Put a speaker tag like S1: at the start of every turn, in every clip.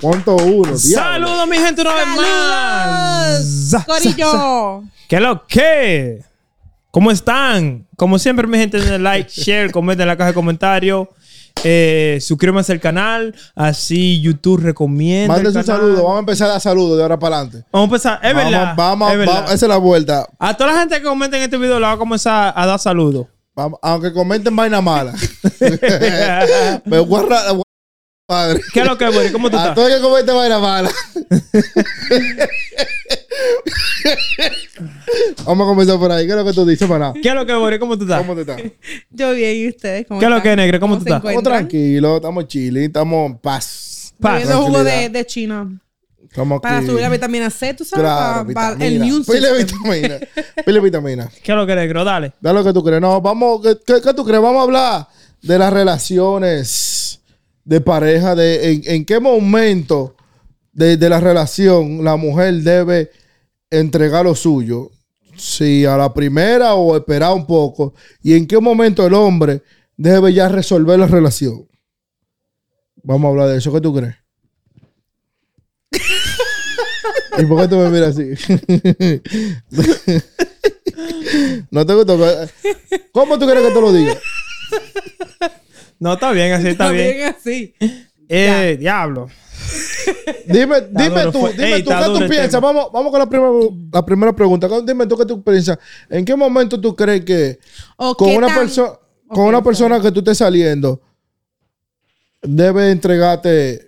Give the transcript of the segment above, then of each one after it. S1: Punto uno, diablo.
S2: Saludos, mi gente, una vez más. Za, za, za.
S3: Corillo.
S2: ¿Qué lo que? ¿Cómo están? Como siempre, mi gente, denle like, share, comenten en la caja de comentarios. Eh, suscríbanse al canal. Así YouTube recomienda. el
S1: Mándense un
S2: canal.
S1: saludo. Vamos a empezar a saludos de ahora para adelante.
S2: Vamos a empezar. Es verdad.
S1: Vamos, vamos,
S2: es verdad.
S1: vamos. Esa es la vuelta.
S2: A toda la gente que comenta en este video, le va a comenzar a dar saludos.
S1: Vamos, aunque comenten vaina mala. Pero guarra, guarra- padre.
S2: ¿Qué es lo que, Bori? ¿Cómo tú
S1: A
S2: estás?
S1: todo el que comenten vaina mala. Vamos a comenzar por ahí. ¿Qué es lo que tú dices, para
S2: ¿Qué es lo que, Bori? ¿Cómo tú estás?
S1: ¿Cómo te estás?
S3: Yo bien, ¿y ustedes? ¿Cómo
S2: ¿Qué es lo
S3: están?
S2: que, negro? ¿Ccómo tú
S3: se
S2: estás?
S1: Estamos
S3: encuentran?
S1: tranquilos, estamos chilling, estamos en paz.
S2: Paz.
S3: Bebiendo jugo de,
S1: Tranquilidad.
S3: de China.
S1: Estamos
S3: Para
S1: aquí.
S3: subir la vitamina C, tú sabes.
S1: Claro,
S3: para, para el
S1: vitamina.
S3: immune
S1: Pile
S3: system.
S1: vitamina. Pile vitamina.
S2: ¿Qué es lo que, negro? Dale.
S1: Da lo que tú crees. No, vamos, ¿qué, qué, qué tú crees? Vamos a hablar de las relaciones de pareja, de en, en qué momento de, de la relación la mujer debe entregar lo suyo. Si a la primera o esperar un poco. Y en qué momento el hombre debe ya resolver la relación. Vamos a hablar de eso. ¿Qué tú crees? ¿Y por qué tú me miras así? no te gustó. ¿Cómo tú quieres que te lo diga?
S2: No, está bien, así está bien.
S3: así.
S2: Eh, diablo.
S1: Dime, dime
S2: duro,
S1: tú,
S2: fue-
S1: dime
S2: Ey,
S1: tú
S2: está
S1: qué
S2: duro
S1: tú
S2: el
S1: piensas.
S2: tema.
S1: Vamos, vamos con la primera, la primera pregunta. Dime tú qué tú piensas. ¿En qué momento tú crees que
S3: O
S1: con
S3: qué
S1: una,
S3: tan-
S1: perso- con
S3: Ok,
S1: una persona que tú estés saliendo debe entregarte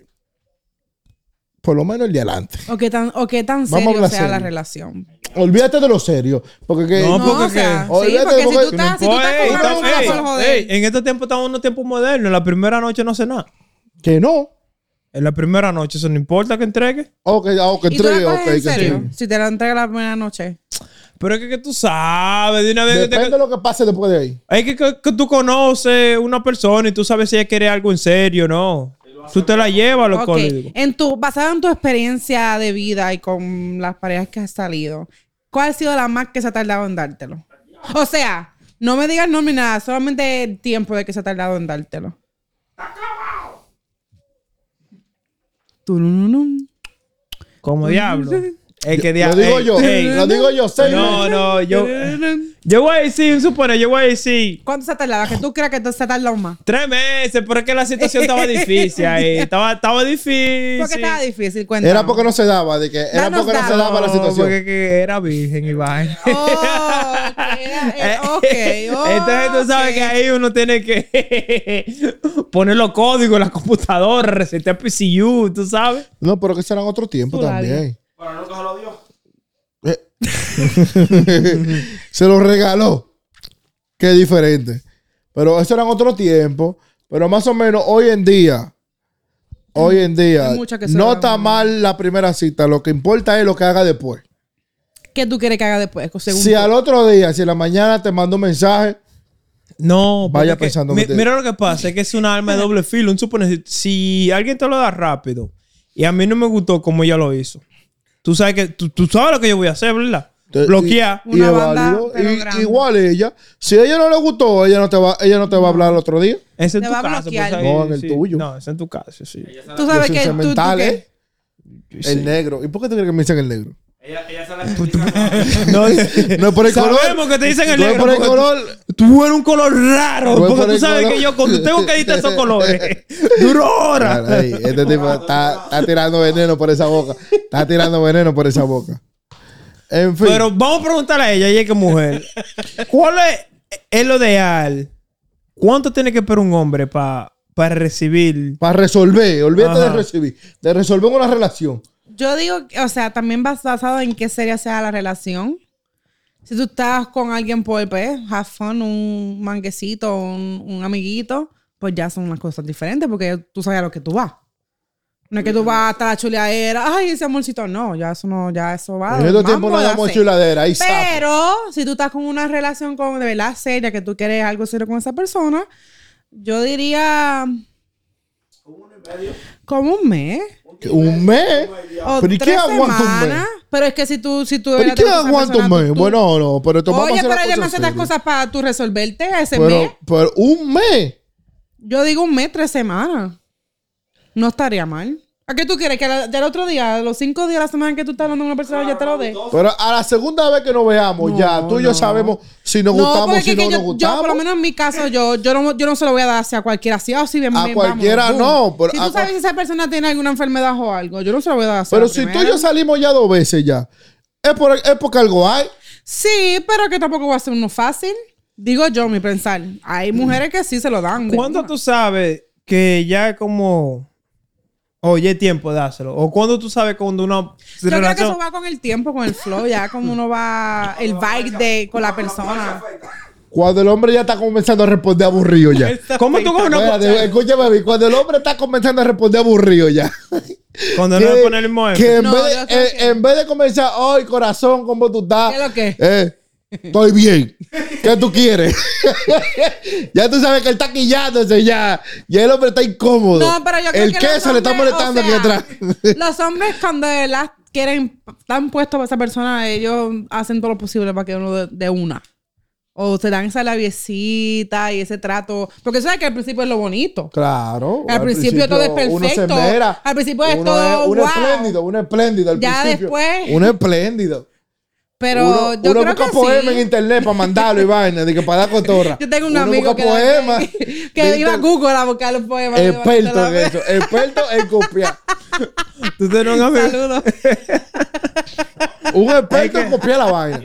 S1: por lo menos el de adelante?
S3: O qué tan, o qué tan
S1: Vamos a
S3: serio
S1: hablar
S3: sea la
S1: serio.
S3: relación.
S1: Olvídate de lo serio. Porque que-
S2: No,
S3: No,
S2: porque
S3: o sea,
S2: que-
S3: sí,
S1: Olvídate,
S3: porque si
S1: porque-
S3: tú estás, si tú
S2: Oh, ey,
S3: estás con una
S2: estamos- ey,
S3: persona pues por
S2: ey,
S3: joder.
S2: en estos tiempos estamos en unos tiempos modernos. En la primera noche no sé nada. pues-
S1: que no.
S2: En la primera noche, eso no importa que entregue.
S1: Ok, ah, ok,
S3: ¿Y tú la
S1: entregue, ok,
S3: coges en
S1: que
S3: serio?
S1: entregue.
S3: Si te la entrega la primera noche.
S2: Pero es que, que tú sabes, de una vez que te-
S1: Depende de lo que pase después de ahí.
S2: Es que, que- que tú conoces una persona y tú sabes si ella quiere algo en serio o no. Tú te la llevas a los
S3: Ok,
S2: códigos.
S3: En tu, basada en tu experiencia de vida y con las parejas que has salido, ¿cuál ha sido la más que se ha tardado en dártelo? O sea, no me digas nombre ni nada, solamente el tiempo de que se ha tardado en dártelo. Turururún.
S2: Como diablo. Es que
S1: Lo
S2: diablo.
S1: digo yo, lo digo yo, serio.
S2: No, no, yo.
S3: Turururún.
S2: Yo voy a decir, supone, yo voy a decir.
S3: ¿Cuánto se ha tardado? Que tú creas que tú se ha tardado más.
S2: Tres meses, pero es que la situación estaba difícil ahí. Estaba, estaba difícil.
S3: Porque estaba difícil, cuéntanos.
S1: Era porque no se daba, de que era
S3: Danos
S1: porque no se
S3: datos.
S1: daba la situación.
S2: Porque que era virgen y vaina.
S3: Oh, ok, era- eh, ok,
S2: Entonces tú sabes
S3: ok.
S2: que ahí uno tiene que poner los códigos en la computadora, resetear PCU, tú sabes.
S1: No, pero que serán otro tiempo
S3: Tú dale.
S1: también. Pero nunca se lo dio. Eh. se lo regaló. Qué diferente. Pero eso eran otro tiempo. Pero más o menos hoy en día. Hoy en día.
S3: Hay muchas que se
S1: No
S3: dan.
S1: está mal la primera cita. Lo que importa es lo que haga después.
S3: ¿Qué tú quieres que haga después? Según
S1: Si
S3: tú.
S1: al otro día, si en la mañana te mando un mensaje.
S2: No, porque
S1: Vaya
S2: que-
S1: pensando
S2: mi-
S1: que te-
S2: Mira lo que pasa, es que es una arma de doble filo. Un supone, si alguien te lo da rápido y a mí no me gustó como ella lo hizo, tú sabes que tú, tú sabes lo que yo voy a hacer, ¿verdad?
S1: te-
S2: Bloquear.
S1: Y, y
S3: Una
S1: es
S3: banda,
S1: válido.
S3: pero
S1: Y-
S3: grande.
S1: igual ella. Si a ella no le gustó, ella no te va, ella no te va a hablar al otro día.
S2: Ese es
S3: Te
S2: tu
S3: va a
S2: caso.
S3: bloquear.
S2: pues,
S1: No, en el
S2: sí.
S1: tuyo.
S2: No, ese es tu caso, sí.
S3: Tú
S1: Yo soy
S3: sabes que tú- tú,
S1: sentimental,
S3: qué?
S1: ¿eh? El negro. ¿Y por qué tú crees que me dicen el negro?
S2: No,
S1: No es por el color.
S2: Sabemos que te dicen el
S1: No es
S2: negro.
S1: por el
S2: porque
S1: color.
S2: tú- Tú eres un color raro.
S1: No es por
S2: porque tú
S1: el
S2: sabes
S1: color.
S2: que yo cuando tengo que editar esos colores, duró horas.
S1: Ey, este tipo está, está tirando veneno por esa boca. Está tirando veneno por esa boca. En fin.
S2: Pero vamos a preguntarle a ella, ella que es mujer. ¿Cuál es, es lo ideal? ¿Cuánto tiene que esperar un hombre para recibir?
S1: para resolver, olvídate de
S2: Ajá.
S1: recibir, de resolver una relación.
S3: Yo digo, que, o sea, también vas basado en qué seria sea la relación. Si tú estás con alguien por pues, have fun, un manguecito, un, un amiguito, pues ya son unas cosas diferentes porque tú sabes a lo que tú vas. No es que tú vas hasta la chuleadera, ay, ese amorcito, no, ya eso no, ya eso va.
S1: En estos tiempos no
S3: mambo,
S1: damos
S3: dase.
S1: chuladera. Ahí sapo.
S3: Pero si tú estás con una relación con de verdad seria, que tú quieres algo serio con esa persona, yo diría. Como un mes.
S1: Un mes.
S3: O
S1: ¿Pero y qué
S3: Oh, tres
S1: aguanta un
S3: semanas.
S1: mes?
S3: Pero es que si tú, si tú de
S1: ¿Pero y qué
S3: verdad te gusta esa
S1: aguanta un
S3: persona,
S1: mes?
S3: tú-
S1: Bueno, no, pero esto vamos
S3: Oye,
S1: a hacer
S3: pero hay
S1: las cosas
S3: demasiadas
S1: serias.
S3: cosas para tú resolverte ese mes.
S1: Pero, pero un mes.
S3: Yo digo un mes, tres semanas. No estaría mal. ¿A qué tú quieres? Que al del otro día, a los cinco días de la semana que tú estás hablando con una persona, ya te lo dé.
S1: Pero a la segunda vez que nos veamos,
S3: No,
S1: ya tú y yo
S3: no.
S1: sabemos si nos
S3: porque
S1: gustamos,
S3: es
S1: si no
S3: que yo,
S1: nos
S3: yo,
S1: gustamos.
S3: por lo menos en mi caso, yo, yo, no, yo no se lo voy a dar así a cualquiera. Así, o si bien,
S1: A
S3: bien,
S1: cualquiera
S3: vamos,
S1: no,
S3: boom.
S1: pero
S3: si
S1: a
S3: tú
S1: cual-
S3: sabes si esa persona tiene alguna enfermedad o algo, yo no se lo voy a dar así a
S1: Pero
S3: la
S1: si tú y
S3: primera.
S1: yo salimos ya dos veces ya, es, por, es porque algo hay.
S3: Sí, pero que tampoco va a ser uno fácil. Digo yo, mi pensar. Hay mujeres que sí se lo dan. de
S2: ¿Cuándo
S3: una.
S2: tú sabes que ya es como... Oye, es tiempo de dárselo. O cuando tú sabes cuando una
S3: Yo creo que
S2: relación-
S3: eso va con el tiempo, con el flow, ya como uno va el vibe de con la persona.
S1: Cuando el hombre ya está comenzando a responder aburrido ya.
S2: ¿Cómo tú coges una
S1: Espérate, escúchame, baby, cuando el hombre está comenzando a responder aburrido ya.
S2: Cuando no le
S1: que,
S2: pone el mismo
S1: que en,
S3: No,
S1: vez
S3: yo
S1: de,
S3: creo
S1: eh,
S3: que-
S1: en vez de comenzar, ay corazón, ¿cómo tú estás?
S3: ¿Qué es lo que?
S1: Eh, estoy bien. ¿Qué tú quieres? ya tú sabes que él está quillándose ya. Ya el hombre está incómodo.
S3: No, pero yo creo
S1: el
S3: que los
S1: queso le está
S3: hombres,
S1: molestando
S3: o sea,
S1: aquí atrás.
S3: Los hombres cuando de verdad quieren están puestos para esa persona, ellos hacen todo lo posible para que uno de, de una. O se dan esa labiecita y ese trato, porque sabes que al principio es lo bonito.
S1: Claro.
S3: Al principio todo es perfecto.
S1: Uno se esmera.
S3: Al principio es
S1: Uno
S3: todo,
S1: un
S3: wow.
S1: espléndido, un espléndido. Al
S3: Ya
S1: principio.
S3: después-
S1: Un espléndido.
S3: Pero
S1: uno,
S3: yo
S1: uno
S3: creo
S1: busca
S3: que
S1: poemas
S3: sí.
S1: en internet para mandarlo y vaina, de que para dar cotorra.
S3: Yo tengo un
S1: Uno
S3: amigo
S1: busca
S3: que,
S1: poemas
S3: que,
S1: de
S3: iba a
S1: inter-
S3: Google a buscar los poemas.
S1: Experto en eso, experto en copiar.
S2: Tú tienes un amigo-
S3: Saludos.
S1: Un experto en copiar la vaina.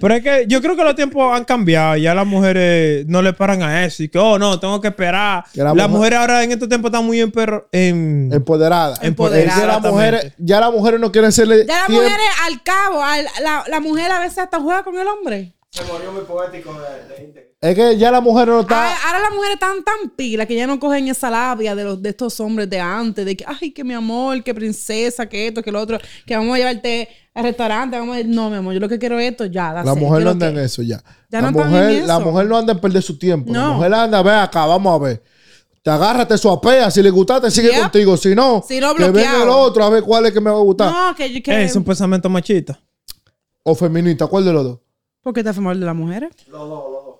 S2: Pero es que yo creo que los tiempos han cambiado. Ya las mujeres no le paran a eso. Y que, oh, no, tengo que esperar.
S1: Que la
S2: las
S1: mujer-
S2: mujeres ahora en estos tiempos están muy emperro... En...
S1: Empoderada.
S2: Empoderada,
S1: Es que las mujeres,
S2: exactamente.
S1: ya las mujeres no quieren hacerle.
S3: Ya las
S1: tiempo-
S3: mujeres, al cabo, al- la, la mujer a veces hasta juega con el hombre.
S4: Se murió muy poético de, de Inte.
S1: Es que ya las mujeres no están.
S3: Ahora, ahora las mujeres están tan pilas que ya no cogen esa labia de los de estos hombres de antes, de que, ay, que mi amor, que princesa, que esto, que lo otro, que vamos a llevarte al restaurante, vamos a no, mi amor, yo lo que quiero es esto, ya,
S1: La
S3: dáselo,
S1: mujer no
S3: quiero
S1: anda
S3: que-
S1: en eso ya. la,
S3: Ya no están
S1: mujer,
S3: en
S1: la
S3: eso.
S1: mujer no anda a perder su tiempo. La
S3: No.
S1: mujer anda, ve acá, vamos a ver. Te agarra, te suapea. Si le gusta, te sigue
S3: Yep.
S1: contigo. Si no,
S3: Si no,
S1: que venga
S3: bloqueado.
S1: el otro a ver cuál es que me va a gustar.
S3: No, que yo que...
S2: Eh, Es un pensamiento machista.
S1: O feminista, ¿cuál de los dos?
S3: ¿Por qué estás a favor de las mujeres?
S4: Los dos, los dos.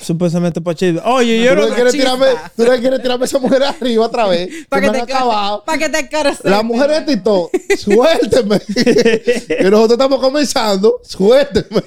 S2: Es un pensamiento machista. Oye, yo
S1: ¿Tú
S2: no...
S1: le, quieres
S3: machista.
S1: tirarme, tú le quieres tirarme a esa mujer arriba otra vez. que me han acabado.
S3: Para que te encarece.
S1: La mujer de TikTok, suélteme. que nosotros estamos comenzando, suélteme.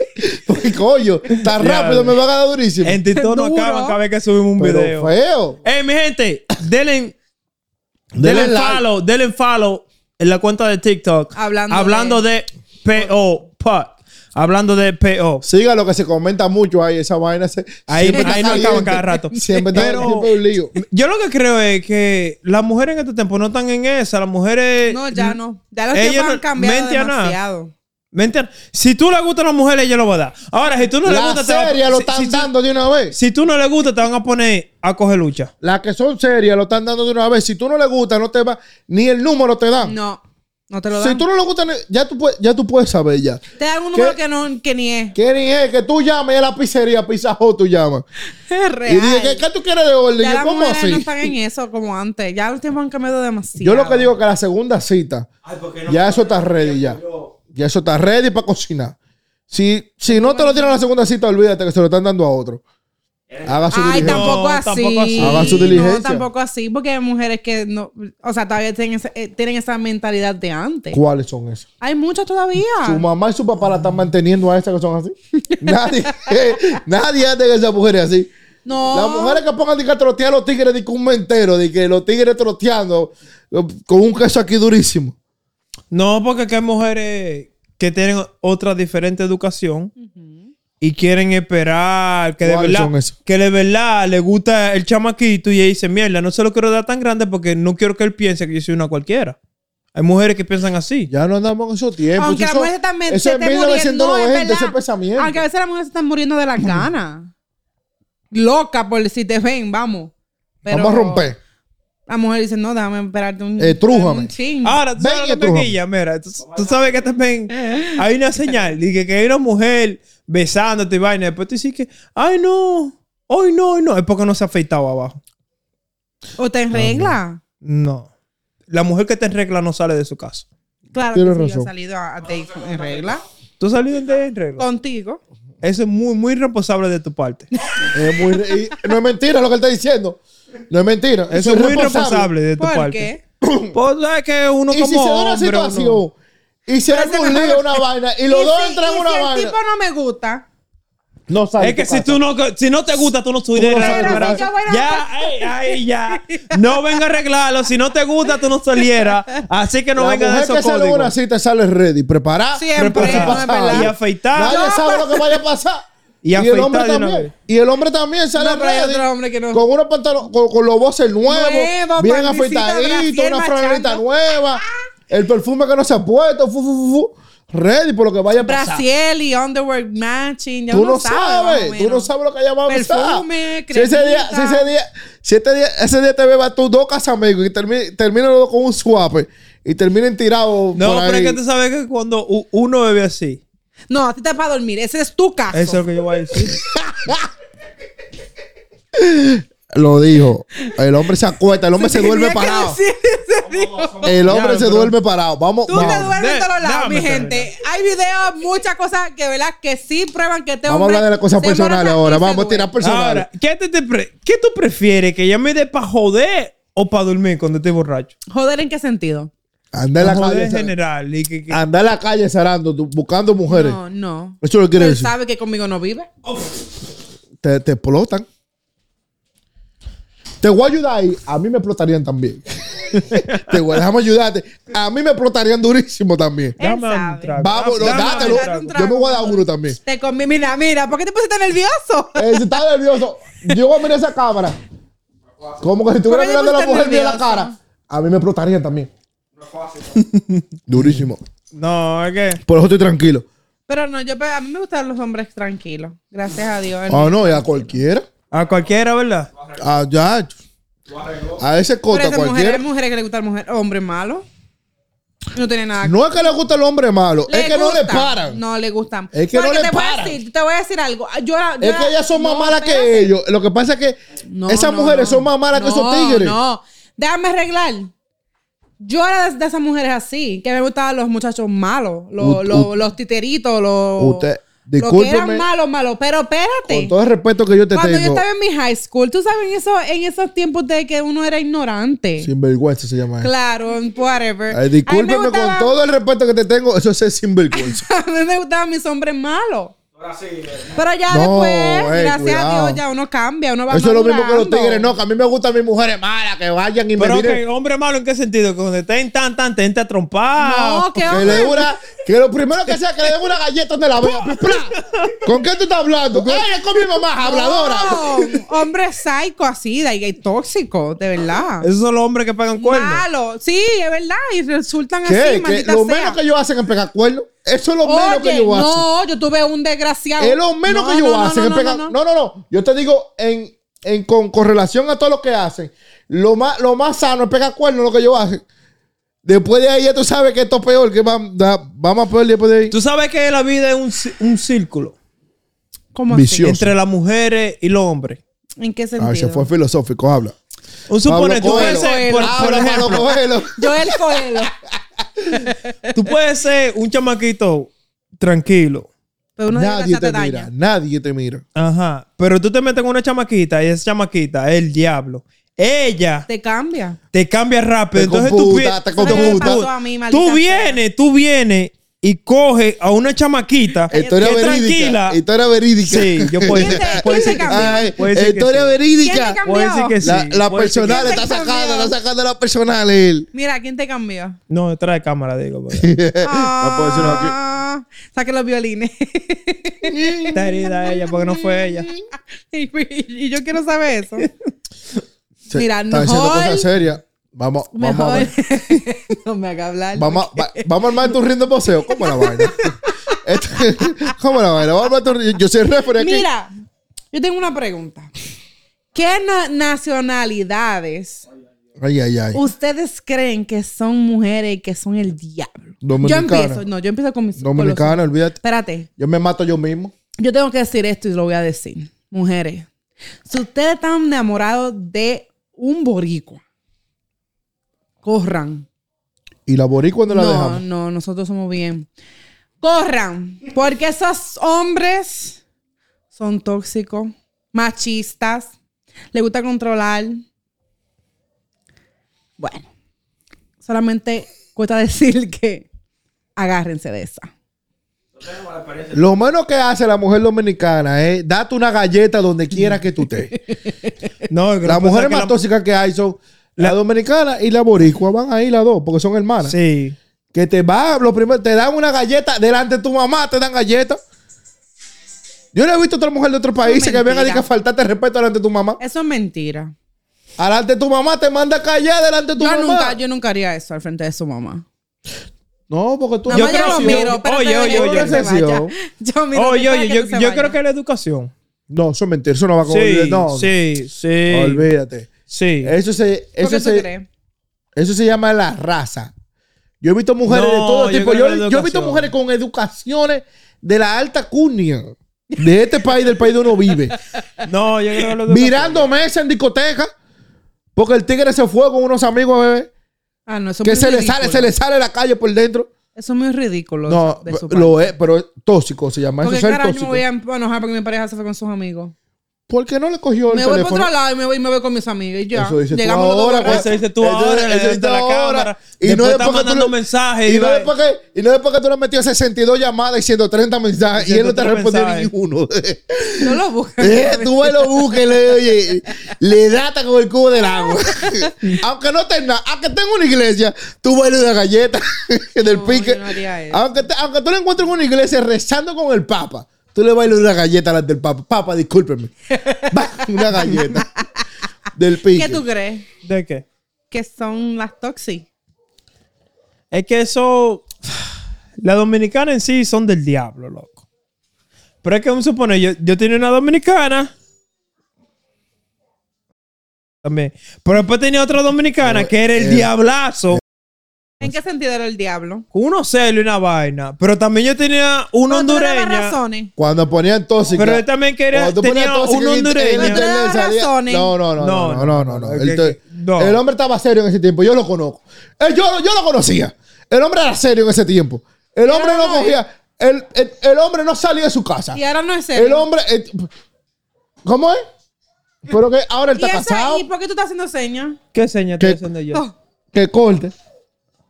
S1: Porque coño, tan rápido me va a dar durísimo.
S2: En TikTok no
S3: Duro.
S2: acaban cada vez que subimos un video.
S1: Pero feo.
S2: Ey, mi gente, denle,
S1: Denle
S2: denle,
S1: like.
S2: follow, denle follow en la cuenta de TikTok.
S3: Hablando
S2: de, PO, Puck. Hablando de PO.
S1: Siga lo que se comenta mucho ahí, esa vaina. Se,
S2: Ahí-
S1: siempre está
S2: ahí nos
S1: caliente.
S2: acaban cada rato.
S1: Siempre está
S2: Pero-
S1: siempre un lío.
S2: Yo lo que creo es que las mujeres en este tiempo no están en esa. Las mujeres.
S3: No, ya no. Ya los
S2: Ella
S3: tiempos
S2: no-
S3: han cambiado
S2: mente a nada.
S3: demasiado.
S2: ¿Me entiendes? Si tú le gustas a las mujeres, ella lo va a dar. Ahora, si tú no le
S1: La
S2: gustas, te va a-
S1: serie lo
S2: si-
S1: están
S2: si, tú-
S1: dando de una vez.
S2: si tú no le gustas, te van a poner a coger lucha.
S1: Las que son serias lo están dando de una vez. Si tú no le gusta, no te va, ni el número te dan.
S3: No, no te lo dan.
S1: si tú no le gusta, ni- ya tú, puedes, ya tú puedes saber ya.
S3: Te dan un número
S1: ¿Qué?
S3: que, no, que ni es.
S1: ¿Qué ni es? Que tú llames y a la pizzería, Pizza Hut tú llamas.
S3: Es
S1: Eh, Y dije,
S3: real.
S1: ¿qué, qué tú quieres de orden?
S3: ya
S1: Yo,
S3: las
S1: ¿Cómo
S3: mujeres no
S1: así?
S3: están en eso como antes. Ya los tiempos han cambiado demasiado.
S1: Yo lo que digo es que la segunda cita,
S4: Ay, ¿por qué no?
S1: ya eso está ready ya.
S4: Yo-
S1: Ya eso está ready para cocinar. Si, si no te lo tiran a la segunda cita, olvídate que se lo están dando a otro. Haga su
S3: Ay,
S1: diligencia.
S3: tampoco
S2: No,
S3: así.
S2: tampoco así.
S1: Hagan su diligencia.
S3: No, tampoco así, porque hay mujeres que no, o sea, todavía tienen, ese- eh, tienen esa mentalidad de antes.
S1: ¿Cuáles son esas?
S3: Hay muchas todavía.
S1: Su mamá y su papá la están manteniendo a esas que son así. Nadie, nadie hace que esas mujeres así.
S3: No.
S1: Las mujeres que pongan de que a trotear a los tigres de que un mentero, de que los tigres troteando eh, con un queso aquí durísimo.
S2: No, porque que hay mujeres que tienen otra diferente educación y quieren esperar que de
S1: ¿Cuáles
S2: verdad
S1: son esas?
S2: que de verdad le gusta el chamaquito y ella dice, mierda, no se lo quiero dar tan grande porque no quiero que él piense que yo soy una cualquiera. Hay mujeres que piensan así.
S1: Ya no andamos en esos tiempos.
S3: Aunque
S1: Eso-
S3: las mujeres también
S1: Eso
S3: se
S1: es
S3: estén muriendo. No, es
S1: 1990, ese
S3: verdad.
S1: pensamiento.
S3: Aunque a veces las mujeres se están muriendo de las ganas. Loca por si te ven, vamos. Pero
S1: Vamos a romper.
S3: La mujer dice, no, déjame esperarte un,
S1: Eh, trújame.
S3: un chin.
S2: Ahora, tú
S1: Ven
S2: sabes
S1: y
S2: lo que
S1: estrújame.
S2: te guilla, mira, tú, tú sabes que también hay una señal, de que, que hay una mujer besándote y vaina, después tú dices que, ay no, hoy no, hoy no, es porque no se ha afeitado abajo.
S3: O te enregla.
S2: No. La mujer que te en regla no sale de su casa.
S3: Claro,
S1: Tienes
S3: que sí, yo he
S1: razón.
S3: salido a, a date en regla.
S2: ¿Tú saliste en regla?
S3: Contigo.
S2: Eso es muy, muy responsable de tu parte.
S1: Es muy re- y no es mentira lo que él está diciendo. No es mentira.
S2: Eso es muy irresponsable de tu
S3: ¿Por
S2: parte.
S3: qué?
S2: Pues sabes que uno
S1: Y
S2: como
S1: si se da una
S2: hombre, uno-
S1: situación y se
S3: Pero
S1: dan
S3: se
S1: un
S3: me-
S1: lío, una vaina, y los
S3: ¿Y
S1: dos
S3: si-
S1: entran
S3: y
S1: en una
S3: si el
S1: vaina.
S3: tipo no me gusta.
S1: No sabes.
S2: Es que
S1: qué
S2: si
S1: pasa.
S2: tú no, si no te gusta, tú no subes
S1: Tú no
S2: de
S1: sales,
S2: la-
S1: ¿verdad?
S2: Ya, ay, ay, ya. No venga a arreglarlo. Si no te gusta, tú no salieras. Así que no
S1: La
S2: venga de
S1: mujer
S2: esos
S1: que sale en una
S2: códigos.
S1: cita sale ready, preparada.
S3: Siempre,
S1: para lo que
S3: no es
S1: pasa.
S3: verdad.
S2: Y afeitada.
S1: Nadie
S2: No,
S1: sabe lo que vaya a pasar.
S2: Y
S1: el hombre
S2: afeitada de una
S1: también.
S2: vez.
S1: Y el hombre también sale
S3: No, pero hay
S1: ready.
S3: otro hombre que no.
S1: Con unos pantalones, con, con los voces nuevos.
S3: Nuevo,
S1: bien
S3: pandicita,
S1: afeitadito,
S3: brasier
S1: una franelita
S3: machando.
S1: nueva. El perfume que no se ha puesto. fu, fu, fu, fu, ready por lo que vaya a pasar.
S3: Brasiel y underwear matching. Ya
S1: Tú
S3: uno
S1: no
S3: sabe, más o
S1: sabes, tú
S3: menos.
S1: no sabes lo que allá va a pasar.
S3: Perfume,
S1: Si ese día, si
S3: cremita.
S1: ese día, si este día, ese día te bebas tú dos casamigos y termi- terminan los dos con un swap y terminen tirados.
S2: No,
S1: por
S2: pero es
S1: ahí.
S2: que tú sabes que cuando u- uno bebe así,
S3: No, a ti te es para dormir. Ese es tu caso.
S2: eso es lo que yo voy a decir.
S1: Lo dijo. El hombre se acuesta, el hombre se, duerme
S3: Tenía que
S1: parado.
S3: decir ese día.
S1: El hombre
S2: Ya,
S1: se
S2: pero-
S1: duerme parado. Vamos,
S3: Tú
S1: vamos.
S3: te duermes
S2: de-
S3: en todos lados,
S2: dame
S3: mi
S2: terminar.
S3: gente. Hay videos, muchas cosas que, ¿verdad? Que sí prueban que este te
S1: Vamos a hablar de las cosas personales ahora. Vamos a tirar personales.
S2: Ahora, ¿qué, te, te pre- ¿qué tú prefieres? ¿Que ya me dé para joder o para dormir cuando esté borracho?
S3: Joder, ¿en qué sentido?
S1: Anda en la
S2: Pa' joder
S1: calle.
S2: en
S1: zar-
S2: general. y que- que-
S1: Anda en la calle zarando, tú- buscando mujeres.
S3: No, no.
S1: Eso es lo que quiere
S3: Él
S1: decir.
S3: sabe que conmigo no vive.
S1: Te, te explotan. Te voy a ayudar ahí. A mí me explotarían también. te voy a dejar ayudarte. A mí me explotarían durísimo también.
S3: Él
S2: Dame un
S3: sabe.
S2: trago.
S1: Vamos, no,
S2: Dame un
S1: dátelo.
S2: trago.
S3: Eh, un
S1: Yo me voy a dar
S3: trago.
S1: uno también.
S3: Te comí. Mira, mira, ¿por qué te pusiste nervioso?
S1: Eh, si estás nervioso, yo voy a mirar esa cámara. Como que si estuviera
S3: ¿Por qué te
S1: mirando a la
S3: pusiste
S1: mujer bien la
S3: nervioso?
S1: cara. A mí me explotarían también.
S4: No es fácil.
S1: Durísimo.
S2: No, es que.
S1: Por eso estoy tranquilo.
S3: Pero no, yo pues, a mí me gustan los hombres tranquilos. Gracias a Dios.
S1: Ah, no, y a cualquiera.
S2: A cualquiera, ¿verdad?
S1: A, ya,
S4: Lo arregló.
S1: a ese
S3: Pero
S1: cota
S3: esas mujeres,
S1: cualquiera.
S3: mujeres que le gustan mujeres, hombres malos. No tiene nada
S1: No es que le gusta el hombre malo,
S3: Le
S1: es que no le
S3: gusta.
S1: paran.
S3: No le gustan.
S1: Es que no
S3: Porque
S1: le
S3: te voy a
S1: paran.
S3: decir- te voy a decir algo. Yo era- yo
S1: Es que
S3: era-
S1: ellas son más
S3: no,
S1: malas
S3: espérate.
S1: que ellos. Lo que pasa es que
S3: No,
S1: esas
S3: no,
S1: mujeres
S3: no.
S1: son más malas que esos
S3: No,
S1: tigres.
S3: No, déjame arreglar. Yo era de, de esas mujeres así, que me gustaban los muchachos malos, los,
S1: U-
S3: los- los titeritos, los.
S1: Usted,
S3: los que eran
S1: discúlpeme.
S3: malos, malos. Pero
S1: Con
S3: espérate.
S1: todo el respeto que yo te
S3: Cuando yo
S1: tengo,
S3: estaba en mi high school, tú sabes, en, eso, en esos tiempos de que uno era ignorante.
S1: sinvergüenza se llama eso.
S3: Claro,
S1: Ay,
S3: whatever. A mí me
S1: discúlpeme con
S3: gustaban-
S1: todo el respeto que te tengo, eso es ser sinvergüenza.
S3: A mí me gustaban mis hombres malos.
S4: Ahora sí. eh.
S3: Pero ya
S1: No,
S3: después,
S1: ey,
S3: gracias
S1: cuidado.
S3: a Dios, ya uno cambia, uno va
S1: Eso es lo mismo que los
S3: madurando.
S1: tigres, no, que a mí me gustan mis mujeres malas, que vayan y
S2: Pero,
S1: me
S2: ok,
S1: miren.
S2: hombre malo, ¿en qué sentido? Que cuando estén tan, tan, te entra a trompar.
S3: No, que
S1: Que Ah, le
S3: hombre.
S1: dé una, que lo primero que sea que le den una galleta donde la vea. ¡Pla! ¿Con qué tú estás hablando? ¡Ay, es con mi mamá, habladora!
S3: No, hombre psycho así, de gay tóxico, de verdad.
S2: Esos son los hombres que pagan cuernos.
S3: Malo. Sí, es verdad. Y resultan así,
S1: ¿Qué? Que
S3: maldita
S1: lo
S3: sea.
S1: menos que ellos hacen es pegar cuernos. Eso es lo menos
S3: Oye,
S1: que ellos hacen.
S3: no, yo tuve un desgraciado.
S1: Es lo menos
S3: No,
S1: que ellos
S3: no, no,
S1: hacen
S3: no,
S1: es
S3: no,
S1: pegar.
S3: no,
S1: No, no,
S3: no.
S1: no. Yo te digo, en, en, con, con relación a todo lo que hacen, lo más, lo más sano es pegar cuernos lo que ellos hacen. Después de ahí ya tú sabes que esto es peor, que vamos vamos a peor después de ahí.
S2: Tú sabes que la vida es un, ci- un círculo
S3: ¿Cómo
S1: Vicioso.
S3: así?
S2: entre las mujeres y los hombres.
S3: ¿En qué sentido?
S1: Ay, Ah, se fue filosófico, habla. Pablo
S2: Un supone, tú puedes
S1: Coelho.
S2: ser, por, por
S1: Habla, Pablo
S2: ejemplo,
S1: Coelho.
S3: Joel Coelho.
S2: tú puedes ser un chamaquito tranquilo.
S3: Pero uno de
S1: Nadie
S3: desgraciado
S1: te
S3: te
S1: mira,
S3: daña.
S1: nadie te mira.
S2: Ajá. Pero tú te metes con una chamaquita y esa chamaquita es el diablo. Ella
S3: Te cambia.
S2: te cambia rápido.
S1: Te
S2: entonces
S1: computa,
S2: tú pi-
S1: te
S2: tú-
S3: ¿Sabes qué me
S1: computa.
S3: pasó a mí, maldita
S2: Tú
S3: sea?
S2: vienes, tú vienes y coges a una chamaquita
S1: Historia
S2: que es
S1: verídica.
S2: tranquila.
S1: Historia verídica.
S2: Sí, yo puedo
S3: ¿Quién te-
S2: puede
S3: quién
S2: ser
S3: te
S2: que-
S3: cambió?
S1: Ay,
S2: Puede ser que
S1: historia
S2: sí.
S1: verídica.
S3: ¿Quién te
S2: Puede ser que sí.
S1: La, la
S2: puede ser que-
S1: personal,
S3: ¿Quién
S1: está
S3: te
S1: sacando,
S3: cambió?
S1: está sacando la personal él.
S3: Mira, ¿quién te cambió?
S2: No, detrás de cámara, digo. pero-
S1: Eh,
S3: Ah, Saque los violines.
S2: Está herida ella porque no fue ella.
S3: y, y yo quiero saber eso.
S1: Se-
S3: Mira,
S1: está diciendo
S3: mejor-
S1: cosas serias. Vamos, vamos a
S3: Mejor.
S1: ver.
S3: no me haga hablar.
S1: Vamos, a- va- vamos a armar tu rindo poseo. ¿Cómo es la vaina? Esto- ¿Cómo es la vaina? Vamos a armar tu ri- Yo soy referee aquí.
S3: Mira, yo tengo una pregunta. ¿Qué na- nacionalidades
S1: Ay, ay, ay.
S3: ustedes creen que son mujeres y que son el diablo?
S1: Dominicana.
S3: Yo empiezo, no, yo empiezo con mis con los-
S1: Dominicana, olvídate.
S3: Espérate,
S1: Yo me mato yo mismo.
S3: yo tengo que decir esto y lo voy a decir. Mujeres, si ustedes están enamorados de un boricua, corran.
S1: Y la boricua cuando la
S3: no,
S1: dejamos.
S3: no, nosotros somos bien. Corran, porque esos hombres son tóxicos, machistas, le gusta controlar, Bueno, solamente cuesta decir que agárrense de esa.
S4: Tenemos la experiencia.
S1: Lo menos que hace la mujer dominicana es date una galleta donde quiera que tú estés.
S2: No, lo que
S1: Las
S2: pasa es
S1: mujeres
S2: que
S1: más
S2: la- Eh.
S1: tóxicas que hay son la, dominicana y la boricua. Van ahí las dos porque son hermanas.
S2: Sí.
S1: Que te va, lo primero, te dan una galleta delante de tu mamá, te dan galletas. Yo no he visto otra mujer de otro país que venga
S3: mentira.
S1: a decir que faltaste respeto delante de tu mamá.
S3: Eso es mentira.
S1: Delante de tu mamá te manda a callar delante de tu
S3: Yo
S1: mamá.
S3: nunca, yo nunca haría eso al frente de su mamá.
S1: No, porque tú
S3: No,
S2: Yo
S3: yo
S2: creo
S3: lo
S2: que-
S3: miro, pero
S2: Oye,
S3: te
S2: oye,
S3: dejo que
S2: oye.
S3: se vaya. Yo miro
S2: Oye,
S3: dejo
S2: oye,
S3: que
S2: yo,
S3: se
S2: yo
S3: vaya.
S2: creo que la educación.
S1: No, eso es mentira, eso no va a
S2: Sí,
S1: no,
S2: sí, sí.
S1: Olvídate.
S2: Sí.
S1: Eso se,
S3: ¿Por qué
S1: eso
S3: tú
S1: se,
S3: crees?
S1: eso se llama la raza. Yo he visto mujeres
S2: No,
S1: de todo
S2: yo
S1: tipo.
S2: creo que
S1: Yo,
S2: la
S1: yo he visto
S2: educación.
S1: mujeres con educaciones de la alta cunia de este país, del país donde uno vive.
S2: No, yo creo que la educación.
S1: mirando mesa en discoteca. Porque el tigre se fue con unos amigos, bebé.
S3: Ah, no, eso es
S1: Que
S3: muy
S1: se le
S3: ridículo.
S1: sale, se le sale la calle por dentro.
S3: Eso es muy ridículo.
S1: No,
S3: de su parte.
S1: lo es, pero es tóxico se llama. Eso
S3: Porque
S1: es ser
S3: carajo, yo me
S1: tóxico.
S3: voy a enojar porque mi pareja se fue con sus amigos.
S1: ¿Por qué no le cogió el
S3: Me voy por
S1: teléfono?
S3: otro lado y me voy, me voy con mis amigos. Y ya.
S1: Eso dices tú
S3: Llegamos los dos
S1: ahora, pues.
S3: borrachos.
S2: Eso dices tú
S1: Eso-
S2: ahora,
S1: eso
S2: delante de la
S1: dices tú ahora.
S2: cámara.
S1: Y
S2: Y
S1: no
S2: después
S1: es
S2: estás
S1: porque tú
S2: mandando
S1: le-
S2: mensajes.
S1: Y no,
S2: va-
S1: es porque, y no es porque tú le metió 62 llamadas y 130 mensajes y él no te
S2: 130
S1: respondió
S2: mensajes.
S1: ninguno.
S3: No lo busques.
S1: Eh, tú vas y lo buscas y le, oye, le data con el cubo del agua. aunque no tenga, aunque tenga una iglesia, tú vas y le das galleta del
S3: No,
S1: pique.
S3: yo no haría eso.
S1: aunque, te- aunque tú lo encuentres en una iglesia rezando con el papa, tú le vas y le das una galleta delante del papa. Papa, discúlpeme. Va, una galleta del pique.
S3: ¿Qué tú crees?
S2: ¿De qué?
S3: Que son las toxis.
S2: Es que eso. La dominicana en sí son del diablo, loco. Pero es que vamos a suponer, yo, yo tenía una dominicana. También. Pero después tenía otra dominicana que era el diablazo.
S3: ¿En qué sentido era el diablo?
S2: Con unos celos y una vaina. Pero también yo tenía una
S3: Pero tú le dabas
S2: hondureña.
S3: razones.
S1: Cuando ponían tóxica.
S2: Pero él también quería.
S1: Cuando tú ponías
S2: Tenía
S1: tóxica
S2: una
S1: en- en
S2: hondureña.
S1: internet
S3: Pero
S1: salía-
S3: razones.
S1: No, no, no, no, no, no, no, no.
S2: no,
S1: El,
S2: que-
S1: te-
S2: no.
S1: el hombre estaba serio en ese tiempo. Yo lo conozco. Eh, yo, yo lo conocía. El hombre era serio en ese tiempo. El hombre no
S3: no,
S1: cogía. El, el- el hombre no salía de su casa.
S3: Y ahora no es serio.
S1: El hombre. eh, ¿Cómo es? Pero que ahora él
S3: ¿Y,
S1: está
S3: esa-
S1: casado.
S3: ¿Y por qué tú estás haciendo señas?
S2: ¿Qué seña
S1: ¿Qué?
S2: estoy haciendo yo?
S3: Oh,
S1: Que corte.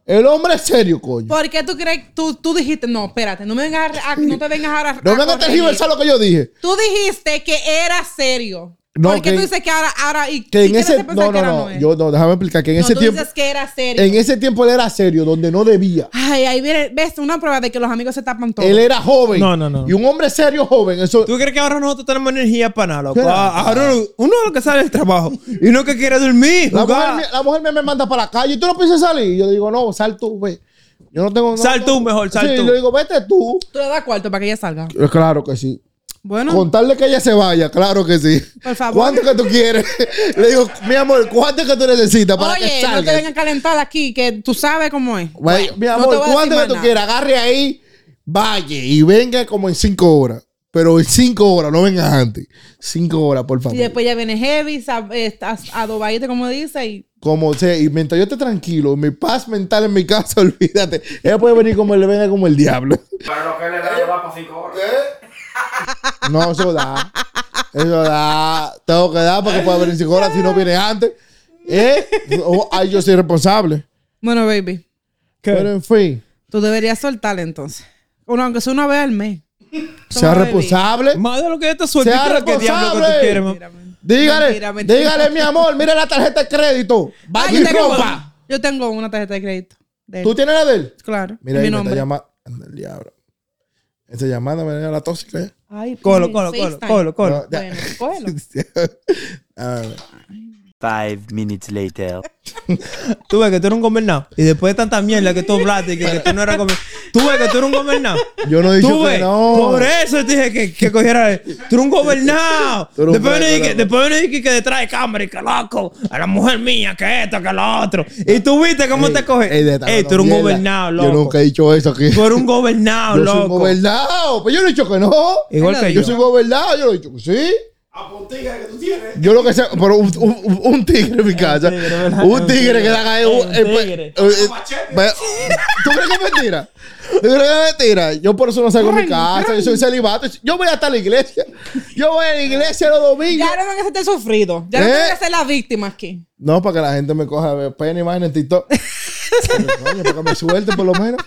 S1: El hombre es serio, coño.
S3: ¿Por qué tú crees? Tú, tú dijiste, no, espérate, no, me vengas a- a- no te vengas ahora.
S1: No
S3: a
S1: venga a
S3: corregir.
S1: tergiversar lo que yo dije.
S3: Tú dijiste que era serio.
S1: No,
S3: ¿Por qué
S1: que-
S3: tú dices que ahora, ahora y
S1: Que
S3: y
S1: en
S3: quieres
S1: ese.
S3: hacer pensar
S1: No,
S3: que
S1: no,
S3: ahora
S1: no.
S3: es?
S1: Yo, no, déjame explicar. Que en
S3: No,
S1: ese
S3: tú
S1: tiempo.
S3: dices que era serio.
S1: En e- ese tiempo él era serio, donde no debía.
S3: Ay, ahí viene, ves, una prueba de que los amigos se tapan todo.
S1: Él era joven.
S2: No, no, no.
S1: Y un hombre serio joven. Eso.
S2: ¿Tú crees que ahora nosotros tenemos energía para nada, loco?
S1: Claro.
S2: Ah, Ahora uno es lo que sale del trabajo y uno que quiere dormir,
S1: La mujer,
S2: jugar.
S1: me- la mujer me, me manda para la calle. ¿Tú no piensas salir? Y yo le digo, no, sal tú, ve. Yo no tengo. no-
S2: Sal tú mejor, sal
S1: Sí,
S2: tú.
S1: le digo, vete tú.
S3: Tú le das cuarto para que ella salga.
S1: Eh, Claro que sí.
S3: Bueno,
S1: Contarle que ella se vaya, claro que sí.
S3: Por favor.
S1: ¿Cuánto que tú quieres? Le digo, mi amor, ¿cuánto que tú necesitas para que
S3: oye,
S1: salgas?
S3: no te vengan a calentar aquí, que tú sabes cómo es.
S1: Vaya, mi
S3: no
S1: amor,
S3: te voy a decir
S1: ¿cuánto que
S3: más
S1: tú
S3: nada.
S1: quieras? Agarre ahí, vaya y venga como en cinco horas. Pero en cinco horas, no vengas antes. Cinco horas, por favor.
S3: Y después ya viene heavy, sab- eh, estás adobadito, como dice, y
S1: como sea, y mientras yo esté tranquilo, mi paz mental en mi casa, olvídate. Ella puede venir como le venga como el diablo.
S4: Pero lo que le
S1: Eh,
S4: da, yo va para 5 horas.
S1: No, eso da. Eso da. Tengo que dar porque puede venir cinco horas si no viene antes. ¿Eh? Oh, ay, yo soy responsable.
S3: Bueno, baby,
S2: ¿Qué?
S1: Pero en fin,
S3: tú deberías soltarle entonces. Uno, aunque sea una vez al mes.
S1: sea
S3: baby.
S1: responsable.
S2: Más de lo que yo te suelto.
S1: Sea
S2: ¿Qué diablo que tú
S1: responsable.
S2: quieres, man?
S3: Mírame.
S1: Dígale,
S3: Mentira, mentira.
S1: dígale, mi amor, mira la tarjeta de crédito. Va
S3: Ah,
S1: mi
S3: yo, tengo,
S1: ropa.
S3: yo tengo una tarjeta de crédito. De
S1: ¿Tú tienes la de él?
S3: claro.
S1: Mira,
S3: mi
S1: ahí me está
S3: nombre.
S1: llamando. Anda el diablo. Esa llamada me da la tóxica. ¿eh?
S3: Ay, pues,
S2: Colo, colo, colo,
S3: FaceTime.
S2: colo, colo.
S1: No, ya.
S3: Bueno, colo.
S1: A ver.
S5: Five minutes later.
S2: Tú ves que tú eres un gobernado. Y después de tanta mierda que tú hablaste y que, que tú no eras gobernado. Tú ves que tú eres un gobernado.
S1: Yo no he dicho
S2: Tú
S1: que
S2: ves.
S1: no.
S2: Por eso te dije que, que cogiera. Tú eres un gobernado.
S1: Tú eres un
S2: Después venís y que-
S1: gobernado.
S2: después venís y que, que detrás de cámara y que loco. A la mujer mía, que esto, que lo otro. Y tú viste cómo te coges.
S1: Ey, de
S2: Ey,
S1: esta
S2: tú eres un
S1: mierda.
S2: gobernado,
S1: Yo
S2: loco.
S1: nunca he dicho eso aquí.
S2: Tú eres un gobernado,
S1: Yo soy un
S2: loco.
S1: gobernado. Pues yo no he dicho que no.
S2: Igual
S3: Él lo
S2: que
S1: Yo
S2: yo.
S1: soy gobernado. Yo no he dicho que sí.
S4: A puntica que tú tienes.
S1: Yo lo que sé, pero un, un- un tigre en mi casa.
S2: tigre, ¿verdad?
S1: un
S2: Un
S1: tigre
S2: tigre.
S1: que da ahí. un-
S2: Un
S1: eh, pues,
S2: tigre.
S1: eh, eh,
S4: machete.
S1: ve- ¿Tú crees que es mentira? ¿Tú crees que es mentira? Yo por eso no salgo de mi
S3: Ay,
S1: casa. Yo
S3: ay.
S1: soy celibato. Yo voy hasta la iglesia. Yo voy a la iglesia los domingos.
S3: Ya no me que estar sufrido. Ya no
S1: ¿Eh?
S3: tengo que ser la víctima aquí.
S1: No, para que la gente me coja de pena y más en TikTok. Pero, coño, para que me suelten por lo menos.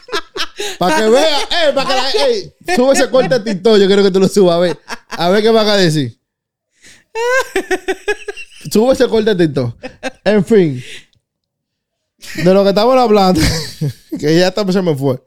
S1: Para que vea, eh, para que la ey, sube ese corte a TikTok, yo quiero que tú lo subas, a ver. A ver qué van a decir. Sube ese corte a TikTok. En fin. De lo que estamos hablando, que ya hasta se me fue.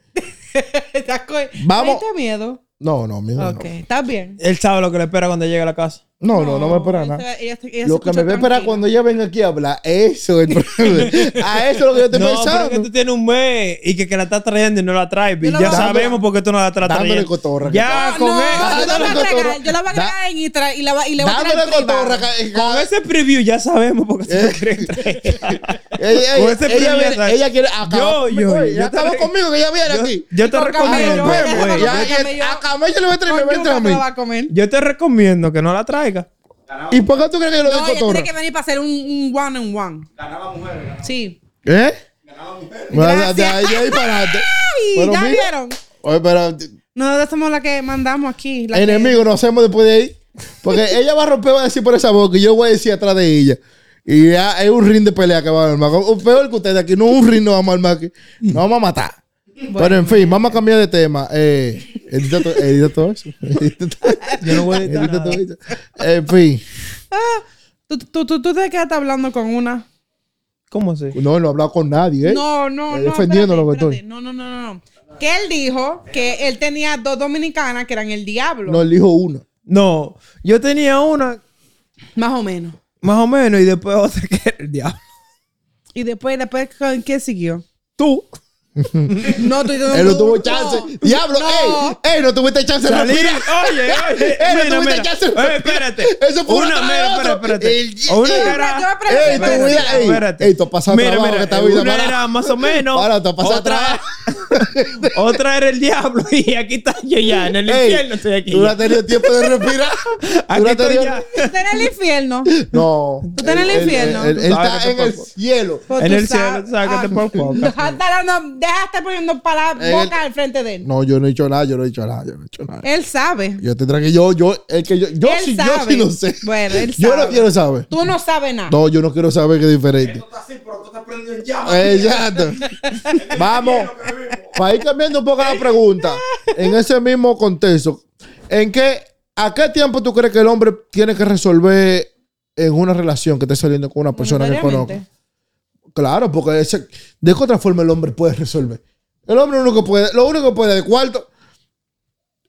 S3: Estás co-
S1: Vamos.
S3: ¿Te diste miedo?
S1: No, no, miedo,
S3: Ok, ¿estás bien?
S2: Él sabe lo que le espera cuando llegue a la casa.
S1: no. No, no, no me espera
S3: ella
S1: nada.
S3: se- ella se- ella se
S1: Lo que me
S3: escuchó
S1: va a esperar
S3: tranquila.
S1: cuando ella venga aquí a hablar, eso es el problema. A eso es lo que yo estoy
S2: no,
S1: pensando.
S2: pero que tú tienes un mes y que, que la estás trayendo y no la traes.
S3: Yo
S2: Y
S3: la
S2: ya
S3: voy a-
S2: sabemos por qué tú no la estás
S1: Dándole
S2: trayendo.
S1: cotorra,
S2: Ya,
S3: No,
S2: con,
S3: Ah, no,
S2: eso-
S1: él.
S3: yo la voy a
S1: Dándole
S3: agregar, yo la voy
S1: cotorra.
S3: a agregar en y, tra- y la va- y le voy a traer
S1: Dándole
S3: privado.
S1: cotorra. ca-
S2: con
S1: ca-
S2: ese preview ya sabemos por qué tú no quieres traer.
S1: Ella, Eh.
S2: Con
S1: ella-
S2: ese
S1: ella
S2: primer
S1: viene-
S2: ataque.
S1: ella quiere acabar
S2: Yo,
S1: conmigo.
S2: yo,
S1: Oye,
S2: yo
S1: ya
S2: te
S1: acaba
S2: re-
S1: conmigo que ella viene
S2: Yo,
S1: aquí.
S2: yo te
S3: Con
S2: recomiendo.
S3: camello,
S2: ven, güey.
S3: déjalo, déjalo.
S1: pues, Ya,
S3: yo-
S1: y-
S3: yo-
S1: a camello le voy a traer y me
S3: Con
S1: va a entrar a
S3: yuca te
S1: mí.
S3: la va a comer.
S2: Yo te recomiendo que no la traigas.
S1: ¿Y por qué tú crees que yo le doy
S3: No, ella tiene
S1: cotorra?
S3: que venir para hacer un, un one on one.
S4: Ganaba mujeres, ganaba.
S3: Sí.
S1: ¿Eh? Bueno,
S3: Gracias.
S1: de ahí, de ahí para adelante.
S3: ¡Ay!
S1: Pero
S3: ¿Ya
S1: mira,
S3: vieron?
S1: Oye, pero
S3: Nosotros somos las que mandamos aquí. las que-
S1: enemigo nos hacemos después de ahí. Porque ella va a romper, va a decir por esa boca y yo voy a decir atrás de ella. Y ya es un ring de pelea que va a armar. O Peor que ustedes aquí, no un ring no vamos a armar aquí. Nos vamos a matar. Pero en fin, vamos a cambiar de tema. Eh, edita, to- edita todo eso. Edita todo
S2: Yo no voy a editar
S1: Edita
S2: nada.
S1: todo eso. En fin.
S3: Ah, Tú, tú, tú, tú te quedaste hablando con una.
S2: ¿Cómo así?
S1: No, no he hablado con nadie, ¿eh?
S3: No, no,
S1: Estoy
S3: no.
S1: defendiendo
S3: espérate,
S1: lo que estoy.
S3: espérate. No, no, no, no, no. Que él dijo que él tenía dos dominicanas que eran el diablo.
S1: No elijo una.
S2: No, yo tenía una
S3: Más o menos.
S2: más o menos y después otra que era el diablo.
S3: Y después, después, ¿con ¿qué siguió?
S2: Tú
S3: No, tú
S1: Él no tuvo chance. ¡Diablo! ¡Ey! ¡Ey! No tuviste chance de
S2: salí. Oye,
S1: respirar.
S2: oye.
S1: Eh, no
S2: mira,
S1: tuviste
S2: mira.
S1: chance.
S2: Oye, espérate.
S1: Eso fue
S2: una.
S1: otra
S2: Mira,
S1: vez,
S2: espérate,
S1: otro.
S2: espérate.
S1: El-
S2: O una
S1: el-
S2: que
S3: Yo
S2: era.
S3: aprendí,
S1: ¡Ey! Tu
S3: espérate,
S1: vida, ¡Ey! ¡Ey! Tú has pasado
S2: mira,
S1: trabajo
S2: mira,
S1: que esta vida.
S2: una
S1: para.
S2: era más o menos.
S1: Para, tú has pasado
S2: otra,
S1: trabajo.
S2: otra era el diablo. Y aquí está yo ya. En el
S1: Ey,
S2: infierno estoy aquí.
S1: Tú no has tenido tiempo de respirar.
S2: Aquí
S1: Tú no has
S2: estoy
S1: tenido-
S2: ya.
S3: Tú estás en el infierno.
S1: No. Tú
S3: estás en el infierno.
S1: Él él- él
S2: Tú sabes
S1: está
S2: que
S1: en
S2: te
S1: el
S2: pasó.
S1: cielo.
S3: Pues
S2: En
S3: tú
S2: el cielo,
S3: sabes- ah,
S2: sácate por poca.
S3: Deja de estar dando- deja de estar poniendo palabras
S1: En el-
S3: boca al frente de él.
S1: No, yo no he hecho nada, yo no he hecho nada, yo no he hecho nada.
S3: Él sabe.
S1: Yo te traje, yo, yo, el que yo, yo
S3: Eh. Él
S1: sí, yo
S3: sabe.
S1: sí lo sé.
S3: Bueno, él
S1: yo no
S3: sabe.
S1: quiero saber.
S3: Tú no sabes nada.
S1: No, yo no quiero saber qué es diferente.
S4: Tú estás así, pero tú estás prendido en llamas.
S1: Eh, Exacto. Vamos. Para ir cambiando un poco la pregunta, en ese mismo contexto, ¿en qué, a qué tiempo tú crees que el hombre tiene que resolver en una relación que esté saliendo con una persona que
S3: Monetariamente.
S1: conozca? Claro, porque ese- de qué otra forma el hombre puede resolver. El hombre lo único que puede, lo único que puede de cuarto,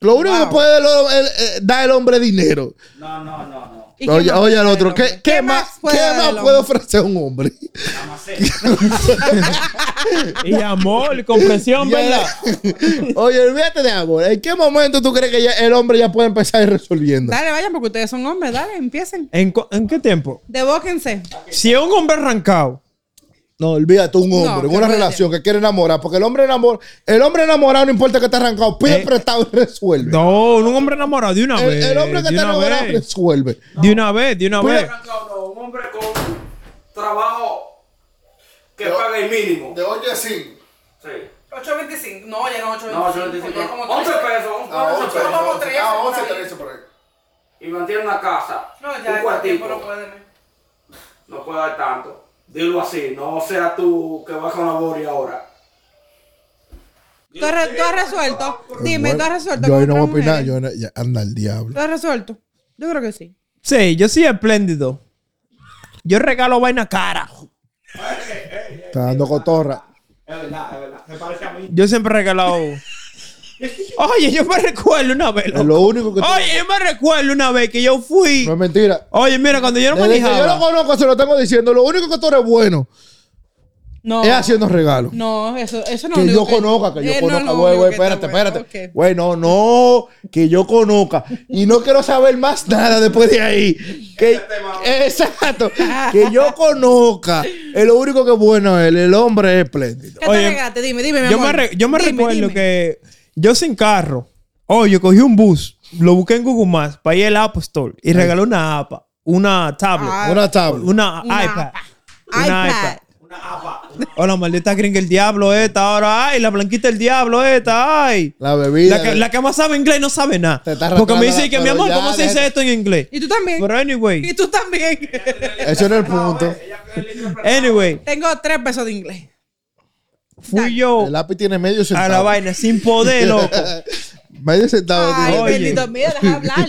S1: lo único
S3: Wow.
S1: que puede lo- el- eh, da el hombre dinero.
S4: No, no, no, no.
S3: ¿Y qué
S1: Oye, oye
S3: más puede
S1: al
S3: haber
S1: otro,
S3: el
S1: ¿qué,
S3: hombre?
S1: qué más, qué
S3: haber
S1: más
S3: el
S1: puede
S3: hombre?
S1: ofrecer un hombre?
S4: Amacé.
S2: Y amor, y comprensión,
S1: Ya
S2: ¿verdad?
S1: era. Oye, olvídate de amor. ¿En qué momento tú crees que ya el hombre ya puede empezar a ir resolviendo?
S3: Dale, vayan, porque ustedes son hombres, dale, empiecen.
S2: ¿En, cu- en qué tiempo?
S3: Debóquense.
S2: Si es un hombre arrancado,
S1: No, olvídate un
S3: No,
S1: hombre,
S3: que
S1: en una
S3: puede.
S1: relación que quiere enamorar, porque el hombre enamorado, el hombre enamorado no importa que esté arrancado, pide
S2: Eh,
S1: prestado y resuelve.
S2: no, un hombre enamorado de una
S1: el,
S2: vez.
S1: el hombre que
S2: de
S1: está
S2: una
S1: enamorado Pues-
S2: vez,
S1: resuelve.
S2: de una vez, de una
S1: Mira,
S2: vez.
S4: Arrancado, no, Un hombre con trabajo que paga el mínimo.
S1: De 8 a 5.
S4: Sí.
S3: 8.25. No, ya no 8.25.
S4: No, yo no te digo. 11 pesos, un par de pesos.
S1: Ah,
S3: 11,
S1: por ahí.
S4: Y mantiene una casa. un cuartico. No puede dar tanto. Dilo así, no sea tú que vas con la Bori ahora.
S3: ¿Tú has, tú has resuelto? Dime, ¿tú has
S1: Pues
S3: resuelto?
S1: Yo
S3: con
S1: ahí no voy a
S3: otras
S1: opinar,
S3: mujeres?
S1: yo no- ya, anda el diablo.
S3: ¿Tú has resuelto? Yo creo que sí.
S2: Sí, yo soy espléndido. Yo regalo vaina cara.
S1: Está dando cotorra.
S4: Es verdad, es verdad. Me parece a mí.
S2: Yo siempre he regalado. Oye, yo me recuerdo una vez.
S1: Es
S2: loco.
S1: lo único que tú-
S2: Oye, yo me recuerdo una vez que yo fui.
S1: No es mentira.
S2: Oye, mira, cuando yo no
S1: Desde que yo lo
S2: manejaba.
S1: conozco, se lo tengo diciendo. Lo único que tú eres bueno
S3: No.
S1: es haciendo regalos.
S3: No, eso, eso no
S1: que
S3: es lo
S1: yo
S3: único
S1: conozca, que yo
S3: Eh, no es
S1: conozca,
S3: lo
S1: güey,
S3: único
S1: güey,
S3: que está
S1: espérate,
S3: bueno.
S1: espérate.
S3: Ok.
S1: Güey, no, no, que yo conozca. Y no quiero saber más nada después de ahí. Que, exacto, que yo conozca. Es lo único que es bueno él, el hombre es espléndido.
S3: ¿Qué te
S2: Oye,
S3: regaste? Dime, dime, mi
S2: Yo me,
S3: amor.
S2: re- yo me
S3: Dime,
S2: recuerdo
S3: dime.
S2: que yo sin carro. Oye, yo cogí un bus, lo busqué en Google Maps, para ir al Apple Store y regaló una APA, una tablet,
S3: Ah,
S1: Una tabla.
S2: una,
S3: Una
S2: iPad.
S3: apa.
S2: Una
S3: iPad.
S2: iPad.
S4: Una apa.
S2: O la maldita gringa el diablo esta ahora. Ay, la blanquita el diablo esta. Ay.
S1: La bebida.
S2: La que, la que más sabe inglés no sabe nada.
S1: Te está
S2: Porque me
S1: arrastrando
S2: dice que,
S1: la-
S2: mi amor,
S1: pero
S2: ¿cómo
S1: ya,
S2: se dice
S1: deja-
S2: esto en inglés?
S3: Y tú también.
S2: Pero anyway.
S3: Y tú también.
S1: Eso era el punto.
S2: Anyway.
S3: Tengo tres pesos de inglés.
S2: Fui yo
S1: El lápiz tiene medio centavo.
S2: Oh. a la vaina sin poder, loco.
S1: Medio centavo.
S3: Ay,
S1: dijo.
S2: Oye.
S3: bendito mío, deja hablar.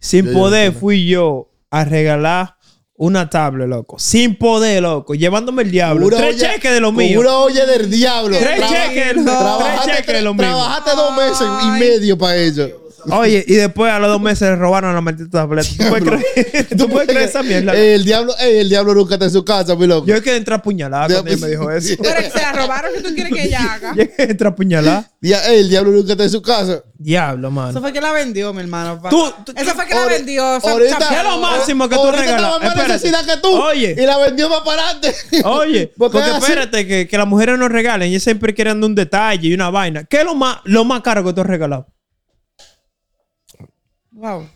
S2: Sin
S1: Yo- yo
S2: poder fui yo a regalar una tablet, loco. Sin poder, loco. Llevándome el diablo.
S1: Pura
S2: Tres
S1: olla-
S2: cheques de lo mío.
S1: Pura olla del diablo.
S2: Tres cheques, no,
S1: trabajaste,
S2: tres cheques de lo mío.
S1: Trabajaste dos meses y medio para ello.
S2: Oye, y después a los dos meses le robaron la maldita tableta. ¿Tú puedes creer, ¿Tú puedes creer esa mierda?
S1: Eh, el diablo, eh, el diablo nunca está en su casa, mi loco.
S2: Yo quedé entrar puñalada cuando ella me dijo eso.
S1: pues,
S3: Pero que se la robaron, ¿qué tú quieres que ella haga?
S2: Yo quedé entrar puñalada.
S1: Dia- eh, el diablo nunca está en su casa.
S2: Diablo,
S3: Eso
S2: mano.
S3: fue que la vendió, mi hermano. pa.
S2: Tú- tú-
S3: Eso fue que la
S1: Ori-
S3: vendió. fue
S1: ahorita-
S3: chapeado.
S2: ¿Qué es lo máximo que tú
S1: Ahorita
S2: regalas?
S1: estaba más
S2: Espérate.
S1: necesidad que tú.
S2: Oye.
S1: Y la vendió más para adelante.
S2: Oye, porque,
S1: Porque es así.
S2: espérate, que, que las mujeres nos regalen. Ellas siempre quieren un detalle y una vaina. ¿Qué es lo más, lo más caro que tú has regalado?
S3: Wow.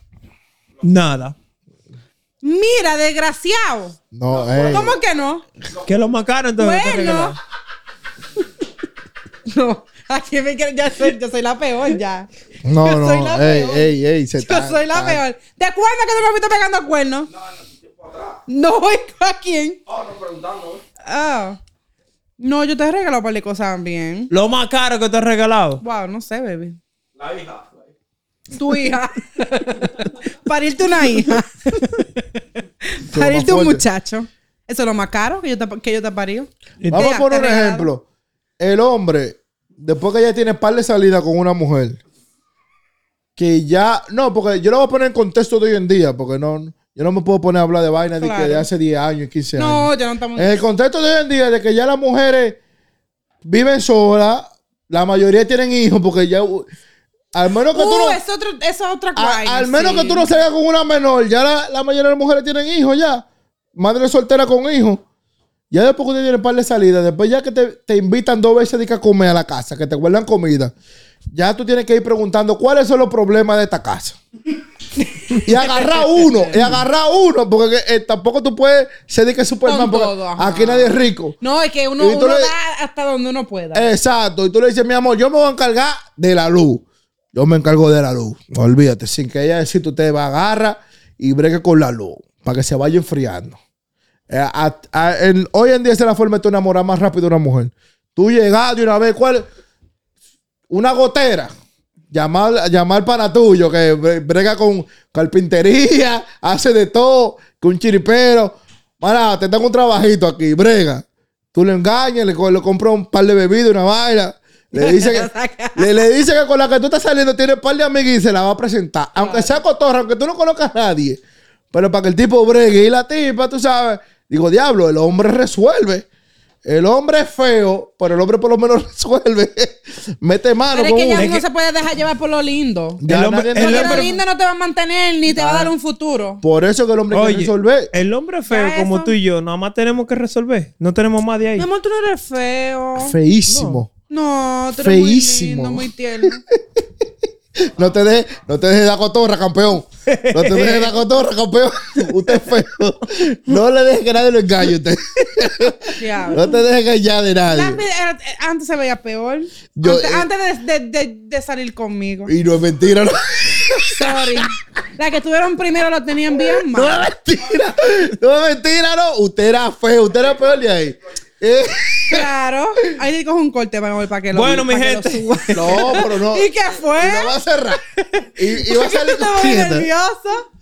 S2: Nada.
S3: Mira, desgraciado.
S1: No, eh.
S3: ¿Cómo que no?
S2: ¿Qué es lo más caro entonces que tú has regalado?
S3: Bueno. No, aquí me quieren, ya soy, yo soy la peor ya.
S1: No,
S3: Yo
S1: no.
S3: soy la
S1: Ey,
S3: peor.
S1: ey, ey. se
S3: Yo
S1: está-
S3: soy la
S1: está-
S3: peor. ¿De cuándo que tú me viste pegando cuernos? No, ¿a quién?
S4: Oh, no preguntando.
S3: Ah. No, yo te regalo por de cosas bien.
S2: Lo más caro que te has regalado.
S3: Wow, no sé, baby.
S4: La hija.
S3: Tu hija. Parirte una hija.
S1: más
S3: Parirte
S1: fuerte.
S3: un muchacho. Eso es lo más caro que yo te, que yo te parí.
S1: Vamos
S3: Te-
S1: a poner
S3: te
S1: un
S3: regalaron.
S1: ejemplo. El hombre, después que ya tiene par de salidas con una mujer, que ya. No, porque yo lo voy a poner en contexto de hoy en día, porque no. Yo no me puedo poner a hablar de vainas de
S3: Claro.
S1: que de hace 10 años, 15 años.
S3: No, yo no estamos.
S1: En el contexto de hoy en día, de que ya las mujeres viven solas, la mayoría tienen hijos, porque ya. u- Al menos que tú
S3: Uh,
S1: no.
S3: es, otro, es otra
S1: a-
S3: vaina,
S1: al menos
S3: sí.
S1: que tú no salgas con una menor, ya la, la mayoría de las mujeres tienen hijos ya. Madre soltera con hijos. Ya después que tú tienes par de salidas, después ya que te, te invitan dos veces de que a comer a la casa, que te guardan comida, ya tú tienes que ir preguntando cuáles son los problemas de esta casa. y agarrar uno, y agarrar uno, porque eh, tampoco tú puedes ser de que Superman,
S3: Con
S1: porque
S3: todo, ajá.
S1: aquí nadie es rico.
S3: No, es que uno,
S1: Y tú
S3: uno
S1: le-
S3: da hasta donde uno pueda.
S1: Exacto. Y tú le dices, mi amor, yo me voy a encargar de la luz. Yo me encargo de la luz. No olvídate. Sin que ella decirte, usted va, agarra y bregue con la luz. Para que se vaya enfriando. Eh, a- a- en- hoy en día esa es la forma de tú enamorar más rápido a una mujer. Tú llegas de una vez, ¿cuál? Una gotera. Llamar, llamar para tuyo, que bre- brega con carpintería, hace de todo, que un chiripero. Mara, te tengo un trabajito aquí, brega. Tú le engañas, le, co- le compras un par de bebidas, una vaina. Le dice, que, le, le dice que con la que tú estás saliendo tiene un par de amigas y se la va a presentar. Aunque sea cotorra, aunque tú no conozcas a nadie. Pero para que el tipo bregue y la tipa, tú sabes. Digo, diablo, el hombre resuelve. El hombre es feo, pero el hombre por lo menos resuelve. Mete mano
S3: Pero pues, es
S1: con
S3: que ya
S1: uno.
S3: uno se puede dejar llevar por lo lindo.
S1: Ya
S2: El
S1: nadie
S2: hombre-
S1: te-
S2: el
S3: Porque lo
S2: hombre-
S3: lindo no te va a mantener ni te va a dar un futuro.
S1: Por eso que el hombre
S2: Oye,
S1: quiere resolver.
S2: el hombre feo
S3: Ya
S2: como
S3: eso.
S2: tú y yo, nada más tenemos que resolver. No tenemos más de ahí.
S3: Mi amor, tú no eres feo.
S2: eh,
S1: Feísimo.
S3: No, tú eres
S1: Feísimo.
S3: muy lindo, muy tierno.
S1: No, te dejes no te dejes dar cotorra, campeón. No te dejes dar cotorra, campeón. Usted es feo. No le dejes que nadie lo engañe a usted.
S3: Diablo.
S1: No te dejes engañar de
S3: La-
S1: nadie.
S3: era- Antes se veía peor.
S1: Yo,
S3: antes
S1: eh,
S3: antes de, de- de- de salir conmigo.
S1: Y no es mentira. No,
S3: Sorry. La que tuvieron primero lo tenían bien
S1: No
S3: mal.
S1: es mentira. No es mentira, no. Usted era feo. Usted era peor de ahí. Eh,
S3: Claro. Ahí te cojo un corte para, para que lo
S2: Bueno, mi
S3: para que lo
S2: gente.
S3: suba.
S1: no, pero no.
S3: ¿Y qué fue?
S1: Y la va a cerrar. Y, y va a
S3: ¿Por qué
S1: salir
S3: tú te pones
S1: corriendo.
S3: nervioso?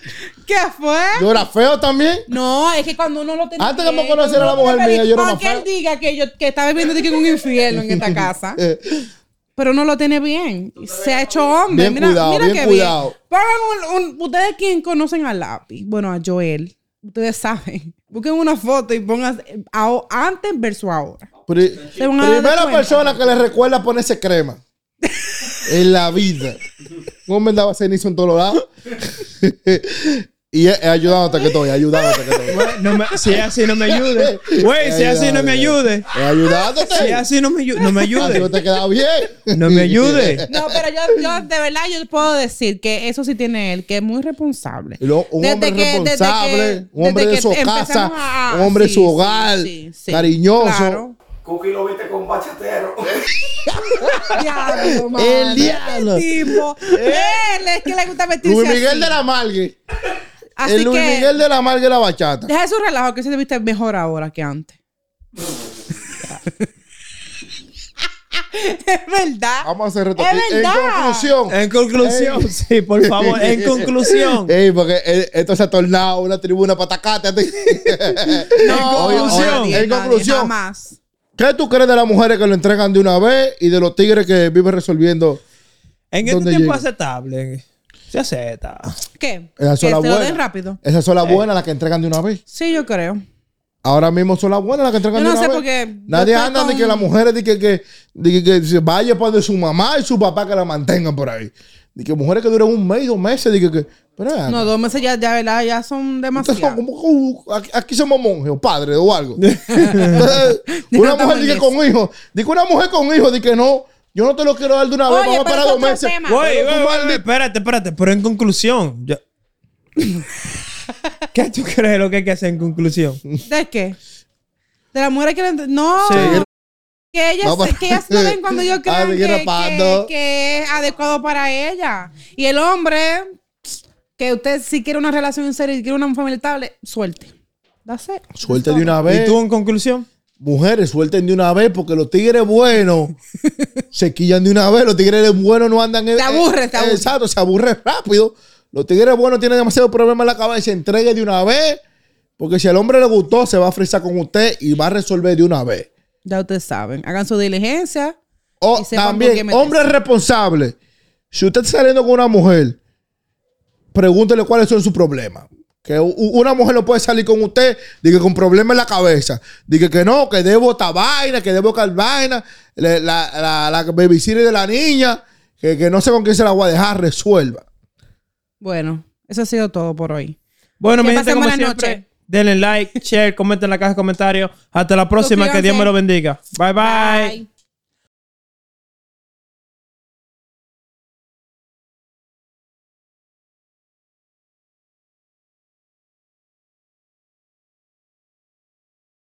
S3: ¿Qué fue?
S1: Yo era feo también.
S3: No, es que cuando uno lo tenía.
S1: Antes que me
S3: bien,
S1: conociera
S3: cuando
S1: la
S3: uno
S1: mujer
S3: tiene-
S1: mía, yo era más
S3: Aunque él
S1: feo.
S3: diga que yo que está viviendo de que en un infierno en esta casa.
S1: Eh,
S3: Pero no lo tiene bien. Y Se ha hecho hombre.
S1: Bien
S3: mira,
S1: cuidado,
S3: mira
S1: bien
S3: qué
S1: cuidado.
S3: bien. Pongan un, un- ustedes quién conocen a lápiz. Bueno, a Joel. Ustedes saben. Busquen una foto y pongan aho- antes versus ahora.
S1: pri-
S3: Se van a dar
S1: primera
S3: cuenta.
S1: persona que le recuerda ponerse crema. En la vida. Un hombre andaba cenizo en todos lados. Y eh, ayudándote que estoy, ayudándote que estoy.
S2: Güey, no me- si es así, no me ayude. Güey, si es así, no me ayude.
S1: Eh, ayudándote.
S2: Si es así, no me ayude. No me
S1: Así no
S2: ayude.
S1: te queda bien.
S2: No me ayude.
S3: No, pero yo, yo, de verdad, yo puedo decir que eso sí tiene él, que es muy responsable.
S1: Y luego, un
S3: Desde
S1: hombre
S3: que- desde
S1: responsable,
S3: que-
S1: un hombre de
S3: desde
S1: su
S3: que
S1: casa,
S3: empezamos a-
S1: un hombre de
S3: sí,
S1: su
S3: sí,
S1: hogar,
S3: sí, sí.
S1: cariñoso.
S3: Claro.
S4: Cookie lo viste con un bachatero.
S3: Diablo, mano.
S1: El diablo.
S3: Tipo, él es que le gusta vestirse
S1: Luis
S3: así.
S1: Miguel de la Margue.
S3: Así
S1: El Luis
S3: que,
S1: Miguel de la Margue y la bachata.
S3: deja su relajo, que se te viste mejor ahora que antes. es verdad.
S1: Vamos a hacer esto.
S3: Es
S1: aquí. En
S3: verdad.
S1: conclusión.
S3: Eh.
S2: En conclusión, sí, por favor, en conclusión.
S1: Ey, porque eh, esto se ha tornado una tribuna para atacarte.
S3: No,
S1: Oye, oye,
S3: nadie,
S1: en
S3: nadie,
S1: conclusión.
S3: jamás.
S1: ¿Qué tú crees de las mujeres que lo entregan de una vez y de los tigres que viven resolviendo?
S2: En este
S1: ¿Dónde
S2: tiempo
S1: llega?
S2: aceptable. Se acepta.
S3: Ah, ¿Qué?
S1: Esas son
S3: que se
S1: las
S3: lo
S1: buenas.
S3: den rápido.
S1: Esas son las buenas, las que entregan de una vez.
S3: Sí, yo creo.
S1: Ahora mismo son las buenas las que entregan
S3: Yo no
S1: de una
S3: sé
S1: vez.
S3: por qué
S1: Nadie
S3: yo estoy
S1: anda de
S3: con-
S1: que las mujeres de que, que, de que, que se vaya para donde su mamá y su papá que la mantengan por ahí. De que mujeres que duran un mes, dos meses, de que, que pero, ah,
S3: No, dos meses ya, ya, ¿verdad? Ya son
S1: entonces,
S3: demasiado.
S1: como- como- aquí- aquí somos monjes o padres o algo. Entonces, una
S3: No
S1: mujer de que
S3: estamos
S1: con hijos, de que una mujer con hijos, de que no, yo no te lo quiero dar de una vez,
S3: Oye,
S1: vamos a
S3: pero
S1: parar
S3: es
S1: dos
S3: otro
S1: meses.
S3: tema.
S2: Güey,
S1: Pero tú,
S2: güey, güey,
S1: Marley-
S2: espérate, espérate. Pero en conclusión. yo- ¿Qué tú crees lo que hay que hacer en conclusión?
S3: ¿De qué? De la mujer que le ent- No.
S2: Sí.
S3: Que ellas,
S1: Vamos.
S3: que ellas saben cuando yo
S1: Ah,
S3: creo
S1: de
S3: que,
S1: que no
S3: que,
S1: pando.
S3: que es adecuado para ella. Y el hombre, que usted si quiere una relación en serio y quiere una familia estable, suelte. That's it.
S1: Suelten de una
S2: ¿Y
S1: vez.
S2: tú en conclusión?
S1: Mujeres, suelten de una vez porque los tigres buenos se quillan de una vez. Los tigres buenos no andan en. eh,
S3: Se aburre, se aburre.
S1: Exacto, se aburre rápido. Los tigres buenos tienen demasiado problema en la cabeza. Se entregue de una vez. Porque si al hombre le gustó, se va a frisar con usted y va a resolver de una vez.
S3: Ya ustedes saben. Hagan su diligencia.
S1: O
S3: Y sepan por qué
S1: también,
S3: meterse.
S1: hombre responsable. Si usted está saliendo con una mujer, pregúntele cuáles son sus problemas. Que u- una mujer no puede salir con usted, diga con problemas en la cabeza. Diga que no, que debo esta vaina, que debo cal vaina, le- la, la, la babysitter de la niña, que, que no sé con quién se la voy a dejar, resuelva.
S3: Bueno, eso ha sido todo por hoy.
S2: Bueno,
S3: Que
S2: mi gente,
S3: pasen
S2: como
S3: buena
S2: siempre,
S3: noche.
S2: denle like, share, comenten en la caja de comentarios. Hasta la próxima, que Dios
S3: Suscríbanse.
S2: me lo bendiga. bye. bye.
S3: Bye.